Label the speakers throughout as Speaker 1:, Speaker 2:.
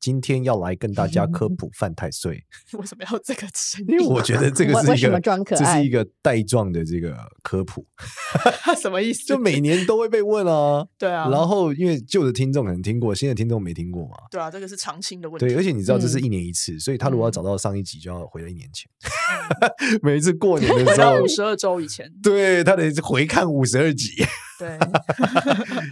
Speaker 1: 今天要来跟大 家科普犯太岁，
Speaker 2: 为什么要这个 声
Speaker 1: 因为我觉得这个
Speaker 3: 为
Speaker 1: 是
Speaker 3: 为
Speaker 1: 一
Speaker 3: 什么
Speaker 1: 个
Speaker 3: 装可
Speaker 1: 这是
Speaker 3: 爱
Speaker 1: 一？个带状的这个科普，
Speaker 2: 什么意 思？
Speaker 1: 就每年都会被问啊。
Speaker 2: 对啊，
Speaker 1: 然后因为旧的听众可能听过，新的听众没听过嘛。
Speaker 2: 对啊，这个是常青的问
Speaker 1: 对，而
Speaker 2: 题。
Speaker 1: 且你知道这是
Speaker 3: 嗯
Speaker 1: 一年一次，所以他如果要
Speaker 2: 嗯
Speaker 1: 找到上一集，就要回到一年前。 每一次过年的
Speaker 2: 回
Speaker 1: 时
Speaker 2: 到
Speaker 1: 候
Speaker 2: 五，十二周以前，
Speaker 1: 对他得回看五十二集。
Speaker 2: 对，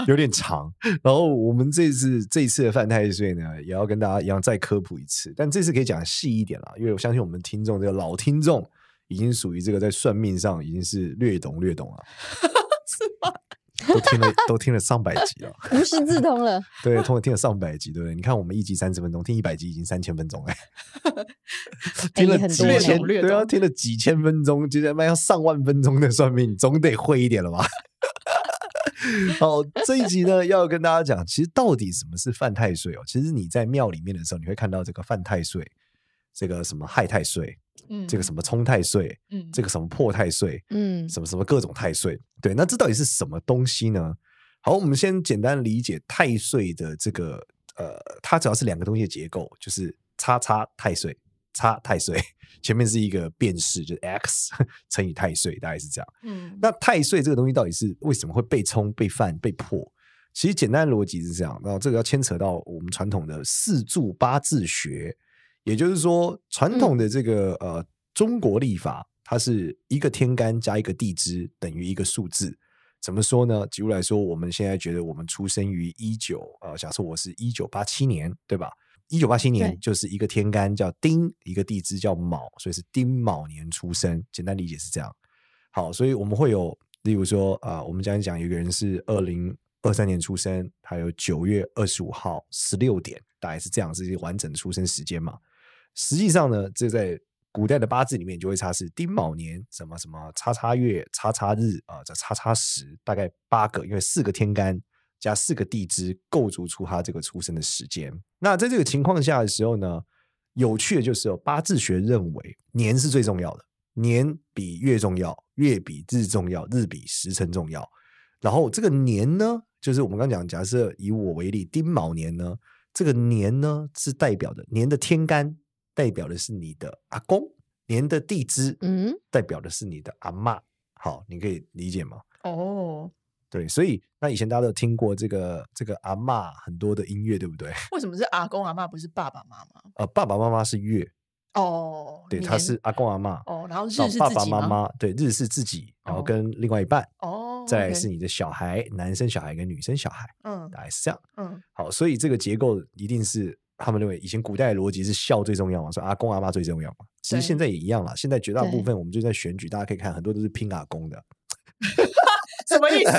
Speaker 1: 有点长。然后我们这次这一次的犯太岁呢，也要跟大家一样再科普一次，但这次可以讲细一点啦，因为我相信我们听众这个老听众已经属于这个在算命上已经是略懂略懂了， 是吗？都听了都听了上百集了，
Speaker 3: 无师自通了，
Speaker 1: 对，通常听了上百集，对不对？你看我们一集三十分钟，听一百集已经三千分钟 了，听
Speaker 2: 哎
Speaker 1: 了
Speaker 3: 很
Speaker 1: 几
Speaker 3: 多呢
Speaker 1: 千，
Speaker 2: 略懂
Speaker 1: 对啊，听了几千分钟，就他妈要上万分钟的算命，总得会一点了吧？ 好，这一集呢，要跟大家讲，其实到底什么是犯太岁哦？其实你在庙里面的时候，你会看到这个犯太岁，这个什么害太岁，
Speaker 2: 嗯
Speaker 1: 这个什么冲太岁，
Speaker 2: 嗯
Speaker 1: 这个什么破太岁，
Speaker 3: 嗯，
Speaker 1: 什么什么各种太岁。对，那这到底是什么东西呢？好，我们先简单理解太岁的这个呃，它主要是两个东西的结构，就是叉叉太岁，叉太岁 前面是一个变式，就是 x 乘以太岁，大概是这样。
Speaker 2: 嗯
Speaker 1: 那太岁这个东西到底是为什么会被冲、被犯、被破？其实简单的逻辑是这样，然后这个要牵扯到我们传统的四柱八字学，也就是说，传统的这个、呃中国历法，它是一个天干加一个地支等于一个数字。怎么说呢？举例来说，我们现在觉得我们出生于一九呃，假设我是一九八七年，对吧？一九八七年
Speaker 3: 对
Speaker 1: 就是一个天干叫丁，一个地支叫卯，所以是丁卯年出生。简单理解是这样。好，所以我们会有，例如说啊、我们讲一讲有个人是二零二三年出生，还有九月二十五号十六点，大概是这样，是一个完整的出生时间嘛。实际上呢，这在古代的八字里面就会差是丁卯年什么什么叉叉月叉叉日啊，这叉叉时，大概八个，因为四个天干加四个地支构筑出他这个出生的时间。那在这个情况下的时候呢，有趣的就是哦，八字学认为年是最重要的，年比月重要，月比日重要，日比时辰重要。然后这个年呢，就是我们刚讲，假设以我为例，丁卯年呢，这个年呢是代表的年的天干代表的是你的阿公，年的地支
Speaker 3: 嗯
Speaker 1: 代表的是你的阿嬷。好，你可以理解吗？
Speaker 2: 哦，
Speaker 1: 对，所以那以前大家都有听过这个这个阿嬷很多的音乐，对不对？
Speaker 2: 为什么是阿公阿妈不是爸爸妈妈？
Speaker 1: 呃，爸爸妈妈是月，
Speaker 2: 哦，
Speaker 1: 对，
Speaker 2: 年
Speaker 1: 他是阿公阿嬷。
Speaker 2: 哦，然后
Speaker 1: 然
Speaker 2: 日是
Speaker 1: 后
Speaker 2: 自
Speaker 1: 爸爸
Speaker 2: 己
Speaker 1: 妈
Speaker 2: 吗？
Speaker 1: 妈对日是自己，然后
Speaker 2: 哦
Speaker 1: 跟另外一半，
Speaker 2: 哦，
Speaker 1: 再来
Speaker 2: OK
Speaker 1: 是你的小孩，男生小孩跟女生小孩，
Speaker 2: 嗯
Speaker 1: 大概是这样。
Speaker 2: 嗯
Speaker 1: 好，所以这个结构一定是他们认为以前古代的逻辑是孝最重要嘛，说阿公阿妈最重要嘛。其实
Speaker 2: 对
Speaker 1: 现在也一样啦，现在绝大部
Speaker 3: 对
Speaker 1: 分我们就在选举，大家可以看很多都是拼阿公 的，
Speaker 2: 什么意思？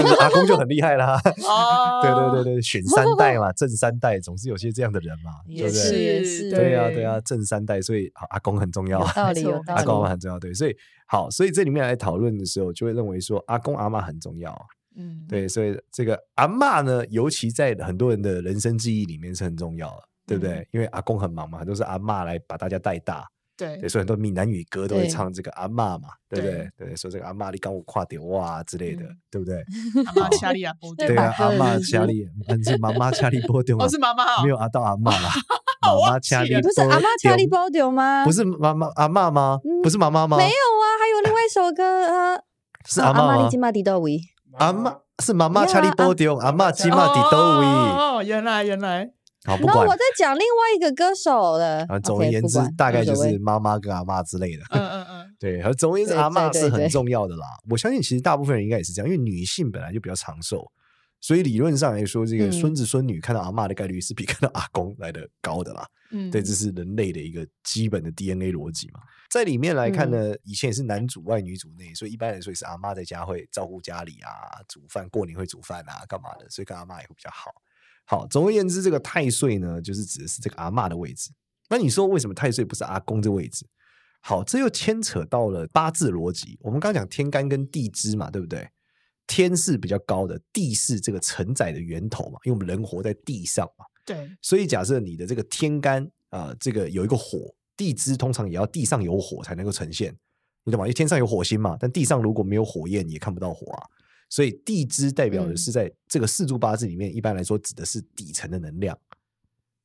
Speaker 1: 就是阿公就很厉害 啦。
Speaker 2: 哦，
Speaker 1: 对对对对， 选三代嘛，正三代总是有些这样的人嘛，对
Speaker 2: 也
Speaker 1: 不
Speaker 2: 是
Speaker 1: 对？
Speaker 3: 也是
Speaker 1: 对呀、对呀、正三代，所以啊阿公很重要
Speaker 3: 有。道理，
Speaker 2: 没错
Speaker 3: 有
Speaker 1: 阿公阿
Speaker 3: 道
Speaker 1: 妈
Speaker 3: 理。
Speaker 1: 很重要，对，所以好，所以这里面来讨论的时候，就会认为说阿公阿妈很重要，
Speaker 2: 嗯，
Speaker 1: 对，所以这个阿嬷呢，尤其在很多人的人生记忆里面是很重要的，对不对？
Speaker 2: 嗯
Speaker 1: 因为阿公很忙嘛，很多是阿嬷来把大家带大，
Speaker 2: 对
Speaker 1: 对，所以很多闽南语歌都会
Speaker 3: 对
Speaker 1: 唱这个阿嬷嘛，对不
Speaker 2: 对
Speaker 1: 对？对，说这个阿嬷你刚我跨点哇之类的
Speaker 2: 嗯，
Speaker 1: 对不对？
Speaker 2: 阿妈 掐力啊，波
Speaker 3: 对
Speaker 1: 对
Speaker 3: 把
Speaker 1: 啊，阿
Speaker 3: 所有的
Speaker 1: 嬷
Speaker 3: 日
Speaker 1: 家
Speaker 3: 子
Speaker 1: 里，嗯，是妈妈家里波丢嘛
Speaker 2: 哦，，是妈妈哦
Speaker 1: 啊没有阿到阿嬷啦， 妈
Speaker 2: 我
Speaker 1: 妈
Speaker 2: 忘
Speaker 1: 家
Speaker 2: 记
Speaker 1: 里
Speaker 2: 了
Speaker 3: 不是阿妈家里包丢吗？嗯
Speaker 1: 不是妈妈阿嬷吗？不是妈妈吗？
Speaker 3: 没有啊，还有另外一首歌啊，
Speaker 1: 是
Speaker 3: 啊
Speaker 1: 阿嬷
Speaker 3: 妈
Speaker 1: 吗
Speaker 3: 你今嘛伫到位？
Speaker 1: 阿嬷是妈妈
Speaker 3: 呀
Speaker 1: 家里
Speaker 3: 阿
Speaker 1: 波丢，阿嬷起码底都位。
Speaker 2: 哦，原来原来，
Speaker 1: 好，不
Speaker 3: 然后
Speaker 1: 管
Speaker 3: 我。在讲另外一个歌手的
Speaker 1: 啊，，总而
Speaker 3: OK，
Speaker 1: 言
Speaker 3: 不
Speaker 1: 之
Speaker 3: 管，
Speaker 1: 大概就
Speaker 3: 无所谓
Speaker 1: 是妈妈跟阿嬷之类的。
Speaker 2: 嗯嗯嗯，
Speaker 1: 对，而总而言之，
Speaker 3: 对
Speaker 1: 阿
Speaker 3: 对
Speaker 1: 嬷
Speaker 3: 对
Speaker 1: 是很
Speaker 3: 对
Speaker 1: 重要的啦。我相信其实大部分人应该也是这样，因为女性本来就比较长寿，所以理论上来说，这个
Speaker 3: 嗯
Speaker 1: 孙子孙女看到阿嬷的概率是比看到阿公来的高的啦。
Speaker 2: 嗯，
Speaker 1: 对，这是人类的一个基本的 DNA 逻辑嘛。在里面来看呢，以前也是男主外女主内，所以一般来说也是阿嬷在家会照顾家里啊，煮饭，过年会煮饭啊，干嘛的，所以跟阿嬷也会比较好。好，总而言之，这个太岁呢，就是指的是这个阿嬷的位置。那你说为什么太岁不是阿公这位置？好，这又牵扯到了八字逻辑。我们刚刚讲天干跟地支嘛，对不对？天是比较高的，地是这个承载的源头嘛，因为我们人活在地上嘛，
Speaker 2: 对，
Speaker 1: 所以假设你的这个天干啊、呃这个有一个火，地支通常也要地上有火才能够呈现，你懂吗？因为天上有火星嘛，但地上如果没有火焰，你也看不到火啊。所以地支代表的是在这个四柱八字里面，一般来说指的是底层的能量。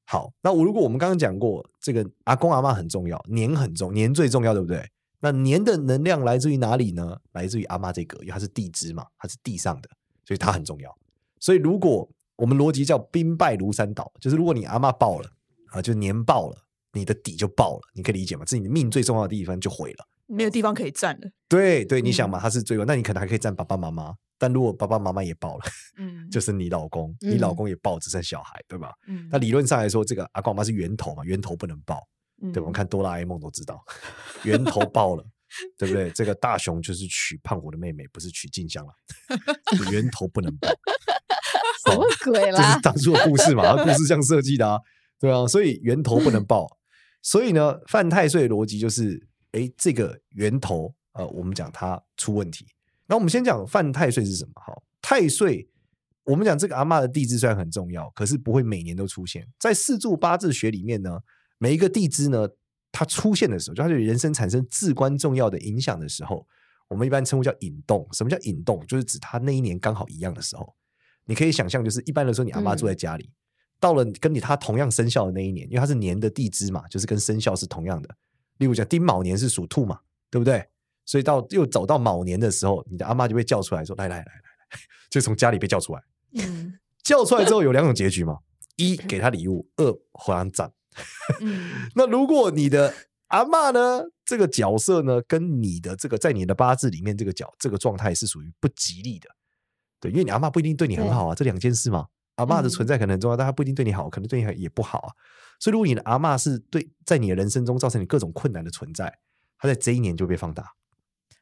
Speaker 1: 好，那我如果我们刚刚讲过，这个阿公阿妈很重要，年很重，年最重要，对不对？那年的能量来自于哪里呢？来自于阿妈这个，因为它是地支嘛，它是地上的，所以它很重要。所以如果我们逻辑叫兵败如山倒，就是如果你阿嬷爆了啊，就年爆了，你的底就爆了，你可以理解吗？这是你命最重要的地方就毁了。
Speaker 2: 没有地方可以站了，
Speaker 1: 对对，你
Speaker 2: 嗯
Speaker 1: 想嘛，他是最后，那你可能还可以站爸爸妈妈，但如果爸爸妈妈也爆了，
Speaker 2: 嗯，
Speaker 1: 就是你老公，你老公也爆，只剩小孩，对吧？那理论上来说，这个阿公阿妈是源头嘛，源头不能爆，对吧，我们
Speaker 2: 嗯
Speaker 1: 看哆啦 A 梦都知道，源头爆了。对不对？这个大雄就是娶胖虎的妹妹，不是娶静 香了。源头不能爆，
Speaker 3: 什么鬼
Speaker 1: 这
Speaker 3: 啦
Speaker 1: 是？当初的故事嘛，它故事这样设计的啊，对啊，所以源头不能爆。所以呢，犯太岁的逻辑就是，哎，这个源头，呃，我们讲它出问题。那我们先讲犯太岁是什么？好，太岁，我们讲这个阿嬷的地支虽然很重要，可是不会每年都出现。在四柱八字学里面呢，每一个地支呢，它出现的时候，就它对人生产生至关重要的影响的时候，我们一般称呼叫引动。什么叫引动？就是指它那一年刚好一样的时候。你可以想象，就是一般来说，你阿妈住在家里，到了跟你她同样生肖的那一年，因为它是年的地支嘛，就是跟生肖是同样的。例如讲丁卯年是属兔嘛，对不对？所以到又走到卯年的时候，你的阿妈就被叫出来说：“来来来来来， 就从家里被叫出来。”
Speaker 4: 嗯
Speaker 1: 叫出来之后有两种结局嘛，一给他礼物，二回来斩。
Speaker 2: 嗯
Speaker 1: 那如果你的阿嬷呢，这个角色呢，跟你的这个在你的八字里面这个角这个状态是属于不吉利的，对，因为你阿嬷不一定对你很好啊，这两件事嘛，阿嬷的存在可能很重要，但她不一定对你好，可能对你也不好啊。所以如果你的阿嬷是对在你的人生中造成你各种困难的存在，她在这一年就被放大，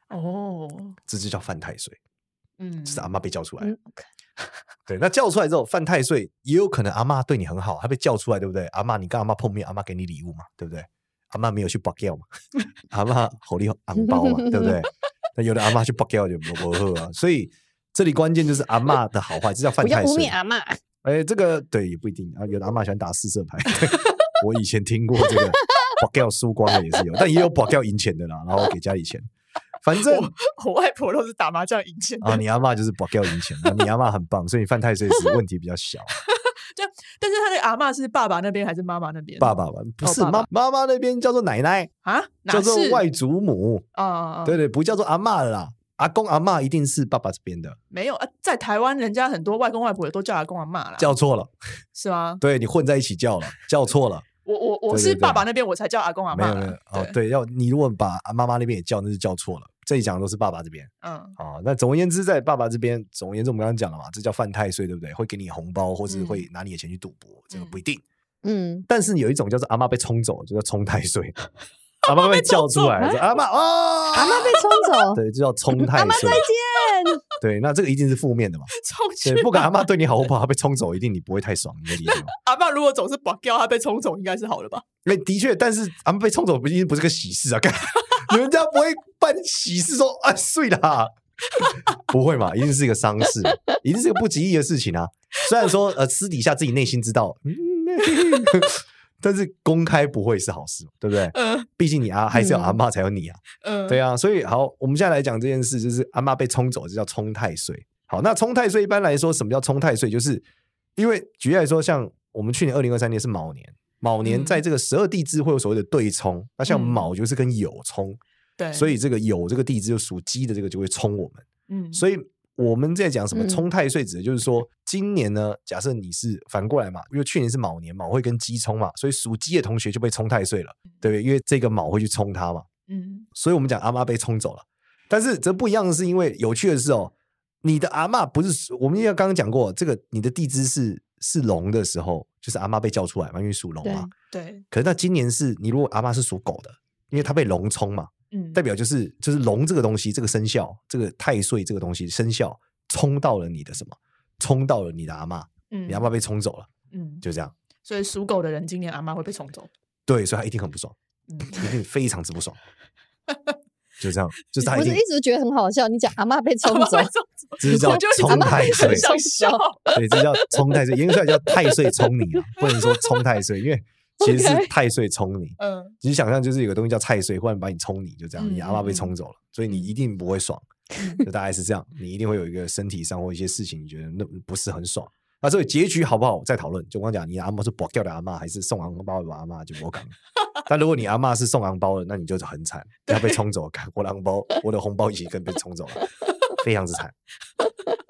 Speaker 2: 哦，
Speaker 1: 这就叫犯太岁，
Speaker 2: 嗯，
Speaker 1: 就是阿嬷被叫出来。
Speaker 3: 嗯，
Speaker 1: 对，那叫出来之后犯太岁，也有可能阿妈对你很好，她被叫出来，对不对？阿妈，你跟阿妈碰面，阿妈给你礼物嘛，对不对？阿妈没有去 b u g 嘛，阿妈口里红包嘛，对不对？那有的阿妈去 b u g 就不不喝啊，所以这里关键就是阿妈的好坏，这叫犯
Speaker 3: 不要
Speaker 1: 太
Speaker 3: 污
Speaker 1: 岁
Speaker 3: 蔑。阿嬷。
Speaker 1: 哎、这个对也不一定啊，有的阿妈喜欢打四色牌， 我以前听过这个 b u g 输光了也是有，但也有 b u g 赢钱的啦，然后给家里钱，反正。
Speaker 2: 我外婆都是打麻将赢钱的
Speaker 1: 啊，你阿妈就是保掉赢钱，啊你阿妈很棒，所以你犯太岁时问题比较小。
Speaker 2: 但是他的阿嬷是爸爸那边还是妈妈那边？
Speaker 1: 爸爸吧，不是
Speaker 2: 哦爸
Speaker 1: 妈
Speaker 2: 爸
Speaker 1: 妈妈那边叫做奶奶，
Speaker 2: 啊，哪
Speaker 1: 叫做
Speaker 2: 是
Speaker 1: 外祖母，
Speaker 2: 啊啊，啊
Speaker 1: 对对，不叫做阿嬷了啦。阿公阿嬷一定是爸爸这边的，
Speaker 2: 没有啊，在台湾人家很多外公外婆也都叫阿公阿妈啦，
Speaker 1: 叫错了，
Speaker 2: 是吗？
Speaker 1: 对你混在一起叫了，叫错了，
Speaker 2: 我我我
Speaker 1: 对
Speaker 2: 是
Speaker 1: 对
Speaker 2: 爸 爸那边我才叫阿公阿
Speaker 1: 没
Speaker 2: 妈
Speaker 1: 有没有
Speaker 2: 啦，
Speaker 1: 哦，对，要你如果把阿妈妈那边也叫，那就叫错了。这里讲的都是爸爸这边
Speaker 2: 嗯
Speaker 1: 啊、哦那总而言之，在爸爸这边，总而言之，我们刚刚讲了嘛，这叫犯太岁，对不对？会给你红包，或是
Speaker 2: 嗯
Speaker 1: 会拿你的钱去赌博，这个不一定。
Speaker 3: 嗯，
Speaker 1: 但是有一种叫做阿妈被冲走，就叫冲太 岁，阿妈被叫出来，说阿妈哦，
Speaker 3: 阿嬷被冲走，
Speaker 1: 对，就叫冲太岁。对，那这个一定是负面的 嘛？
Speaker 2: 冲去
Speaker 1: 对，不管阿
Speaker 2: 吧
Speaker 1: 妈对你好或不好，她被冲走，一定你不会太爽，你的理解 吗？
Speaker 2: 阿嬷如果总是保掉，他被冲走应该是好了吧？
Speaker 1: 那哎的确，但是阿妈被冲走，不一定不是个喜事啊！ 干，你们家不会办喜事说啊睡啦， 不会嘛？一定是一个丧事，一定是个不吉利的事情啊。虽然说呃私底下自己内心知道，嗯， 但是公开不会是好事嘛，对不对？
Speaker 2: 嗯
Speaker 1: 毕竟你啊还是有阿妈才有你啊。
Speaker 2: 嗯，
Speaker 1: 对
Speaker 2: 啊，
Speaker 1: 啊，所以好，我们现在来讲这件事，就是阿妈被冲走，这叫冲太岁。好，那冲太岁一般来说，什么叫冲太岁？就是因为举例来说，像我们去年二零二三年是卯年，卯年
Speaker 2: 嗯
Speaker 1: 在这个十二地支会有所谓的对冲，那像
Speaker 2: 嗯
Speaker 1: 卯就是跟酉冲，
Speaker 2: 对，
Speaker 1: 所
Speaker 2: 以
Speaker 1: 以这个酉这个地支就属鸡的这个就会冲我们，
Speaker 2: 嗯，
Speaker 1: 所以。我们在讲什么
Speaker 3: 嗯
Speaker 1: 冲太岁，指的就是说，今年呢，假设你是反过来嘛，因为去年是卯年，卯会跟鸡冲嘛，所以属鸡的同学就被冲太岁了，对不对？因为这个卯会去冲它嘛，
Speaker 2: 嗯
Speaker 1: 所以我们讲阿妈被冲走了。但是这不一样，的是因为有趣的是哦，你的阿妈不是我们要刚刚讲过，这个你的地支是是龙的时候，就是阿妈被叫出来嘛，因为属龙嘛。
Speaker 2: 对，
Speaker 1: 可是那今年是你如果阿妈是属狗的，因为她被龙冲嘛，
Speaker 2: 嗯
Speaker 1: 代表就是就是龙这个东西，这个生肖，这个太岁这个东西生肖冲到了你的什么？冲到了你的阿妈，
Speaker 2: 嗯
Speaker 1: 你阿妈被冲走了，
Speaker 2: 嗯，
Speaker 1: 就这样。
Speaker 2: 所以属狗的人今年阿嬷会被冲走，
Speaker 1: 对，所以她一定很不爽，
Speaker 2: 嗯，
Speaker 1: 一定非常之不爽。就这样，就是他
Speaker 3: 我
Speaker 1: 一
Speaker 3: 是
Speaker 1: 定
Speaker 3: 一直觉得很好笑，你讲阿嬷被冲
Speaker 2: 我
Speaker 3: 走
Speaker 2: 会，这种
Speaker 1: 这是叫
Speaker 2: 我就一直
Speaker 1: 冲太岁
Speaker 2: 很，想笑。
Speaker 1: 对，这叫冲太岁，严格说来叫太岁冲你啊，不能说冲太岁，因为其实是
Speaker 3: OK
Speaker 1: 太岁冲你。
Speaker 2: 嗯，
Speaker 1: 你想象就是有个东西叫菜水，忽然把你冲你，就这样，
Speaker 2: 嗯
Speaker 1: 你阿妈被
Speaker 2: 嗯
Speaker 1: 冲走了，所以你一定不会爽，就大概是这样，你一定会有一个身体上或一些事情，你觉得那不是很爽。那所以结局好不好再讨论。就我刚讲，你阿妈是bỏ 掉的阿妈，还是送红包的阿妈就我讲。但如果你阿妈是送红包的，那你就是很惨，要被冲走，看我的红包，我的红包一起跟被冲走了，非常之惨。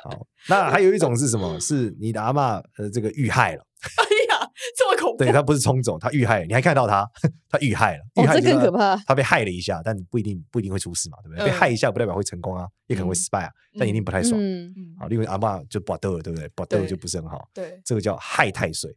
Speaker 1: 好，那还有一种是什么？是你的阿妈呃这个遇害了。
Speaker 2: 哎呀，这么 恐怖
Speaker 1: 对，他不是冲走，他遇害，你还看到他，他遇害了，
Speaker 3: 哦
Speaker 1: 遇害
Speaker 3: 这
Speaker 1: 就是他
Speaker 3: 更可怕
Speaker 1: 他被害了一下，但不一定不一定会出事嘛，对不对？被
Speaker 2: 嗯
Speaker 1: 害一下不代表会成功啊，也可能会
Speaker 2: 嗯
Speaker 1: 失败啊，但一定不太爽。
Speaker 3: 嗯，
Speaker 2: 嗯
Speaker 1: 好，另外阿嬷就拔豆了，对不对？拔豆
Speaker 2: 对
Speaker 1: 就不是很好，
Speaker 2: 对，
Speaker 1: 这个叫害太岁，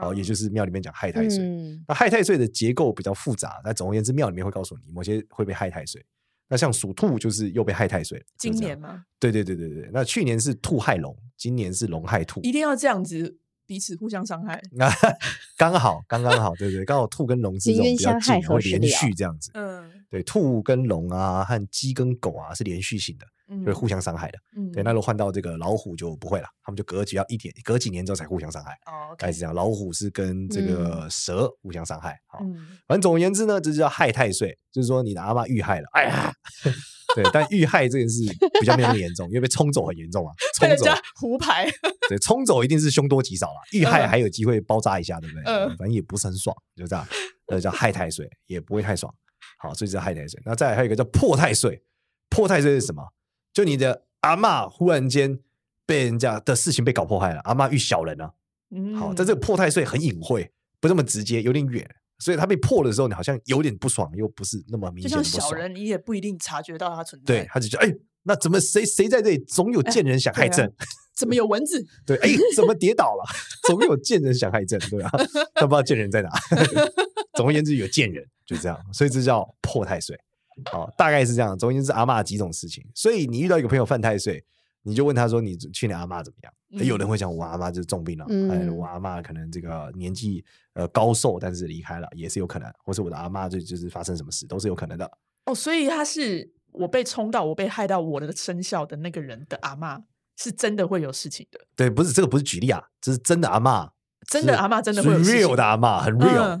Speaker 1: 好，也就是庙里面讲害太岁。
Speaker 3: 哦嗯，
Speaker 1: 那害太岁的结构比较复杂，那总而言之，庙里面会告诉你某些会被害太岁。那像属兔就是又被害太岁了，就
Speaker 2: 今
Speaker 1: 这样
Speaker 2: 年嘛，
Speaker 1: 对对对对对，那去年是兔害龙，今年是龙害兔，
Speaker 2: 一定要这样子，彼此互相伤害。
Speaker 1: 那 刚好，刚刚好，对对，刚好兔跟龙是这种
Speaker 3: 冤
Speaker 1: 比较
Speaker 3: 相
Speaker 1: 近
Speaker 3: 害，
Speaker 1: 会
Speaker 3: 何时
Speaker 1: 连
Speaker 3: 了
Speaker 1: 续这样子。
Speaker 2: 嗯
Speaker 1: 对，兔跟龙啊，和鸡跟狗啊是连续性的，
Speaker 2: 嗯，
Speaker 1: 会互相伤害的。
Speaker 2: 嗯
Speaker 1: 对，那如果换到这个老虎就不会了，他们就隔几要一点，隔几年之后才互相伤害，
Speaker 2: 哦，OK，
Speaker 1: 大概是这样。老虎是跟这个蛇互相伤害，好，
Speaker 2: 嗯，
Speaker 1: 反正总而言之呢，这就叫害太岁，就是说你的阿妈遇害了，哎呀， 对，但遇害这件事比较没有那么严重，因为被冲走很严 重啊，
Speaker 2: 被
Speaker 1: 冲
Speaker 2: 人
Speaker 1: 走
Speaker 2: 家胡牌，
Speaker 1: 对，冲走一定是凶多吉少啦，遇害还有机会包扎一下，对不对？
Speaker 2: 嗯
Speaker 1: 反正也不是很爽，就这样，那叫害太岁，也不会太爽。好，所以这叫害太岁。那再来还有一个叫破太岁，破太岁是什么？就你的阿嬷忽然间被人家的事情被搞破坏了，阿嬷遇小人啊。
Speaker 2: 嗯
Speaker 1: 好，但这个破太岁很隐晦，不那么直接，有点远，所以他被破的时候，你好像有点不爽，又不是那么明
Speaker 2: 就
Speaker 1: 显的
Speaker 2: 像
Speaker 1: 不爽。
Speaker 2: 小人，你也不一定察觉到它存在。
Speaker 1: 对，，他就觉得哎。那怎么谁谁在这里总有见人想害
Speaker 2: 对啊
Speaker 1: 朕，
Speaker 2: 怎么有蚊子？
Speaker 1: 对，哎，怎么跌倒了？ 总有贱人想害朕，对吧、 啊？但不知道贱人在哪。 总而言之，有贱人就这样，所以这叫破太岁。哦，大概是这样。总而言之，阿嬷几种事情。所以你遇到一个朋友犯太岁，你就问他说：“你去年阿嬷怎么样？”哎有人会讲：“我阿嬷就是重病了，哎，
Speaker 3: 嗯
Speaker 1: 我阿嬷可能这个年纪呃高寿，但是离开了，也是有可能。或是我的阿嬷就就是发生什么事，都是有可能的。
Speaker 2: 哦，所以他是我被冲到，我被害到我的生肖的那个人的阿嬷，是真的会有事情的，
Speaker 1: 对，不是这个不是举例啊，这是真的阿嬷，
Speaker 2: 真
Speaker 1: 就
Speaker 2: 的
Speaker 1: 是
Speaker 2: 阿嬷真的会有事
Speaker 1: real
Speaker 2: 情
Speaker 1: 的。阿嬷，很 real，、
Speaker 2: 嗯